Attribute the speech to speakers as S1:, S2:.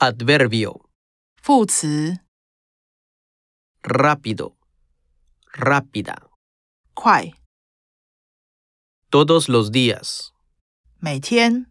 S1: Adverbio.
S2: 副词
S1: Rápido. Rápida.
S2: 快，
S1: Todos los días.
S2: 每天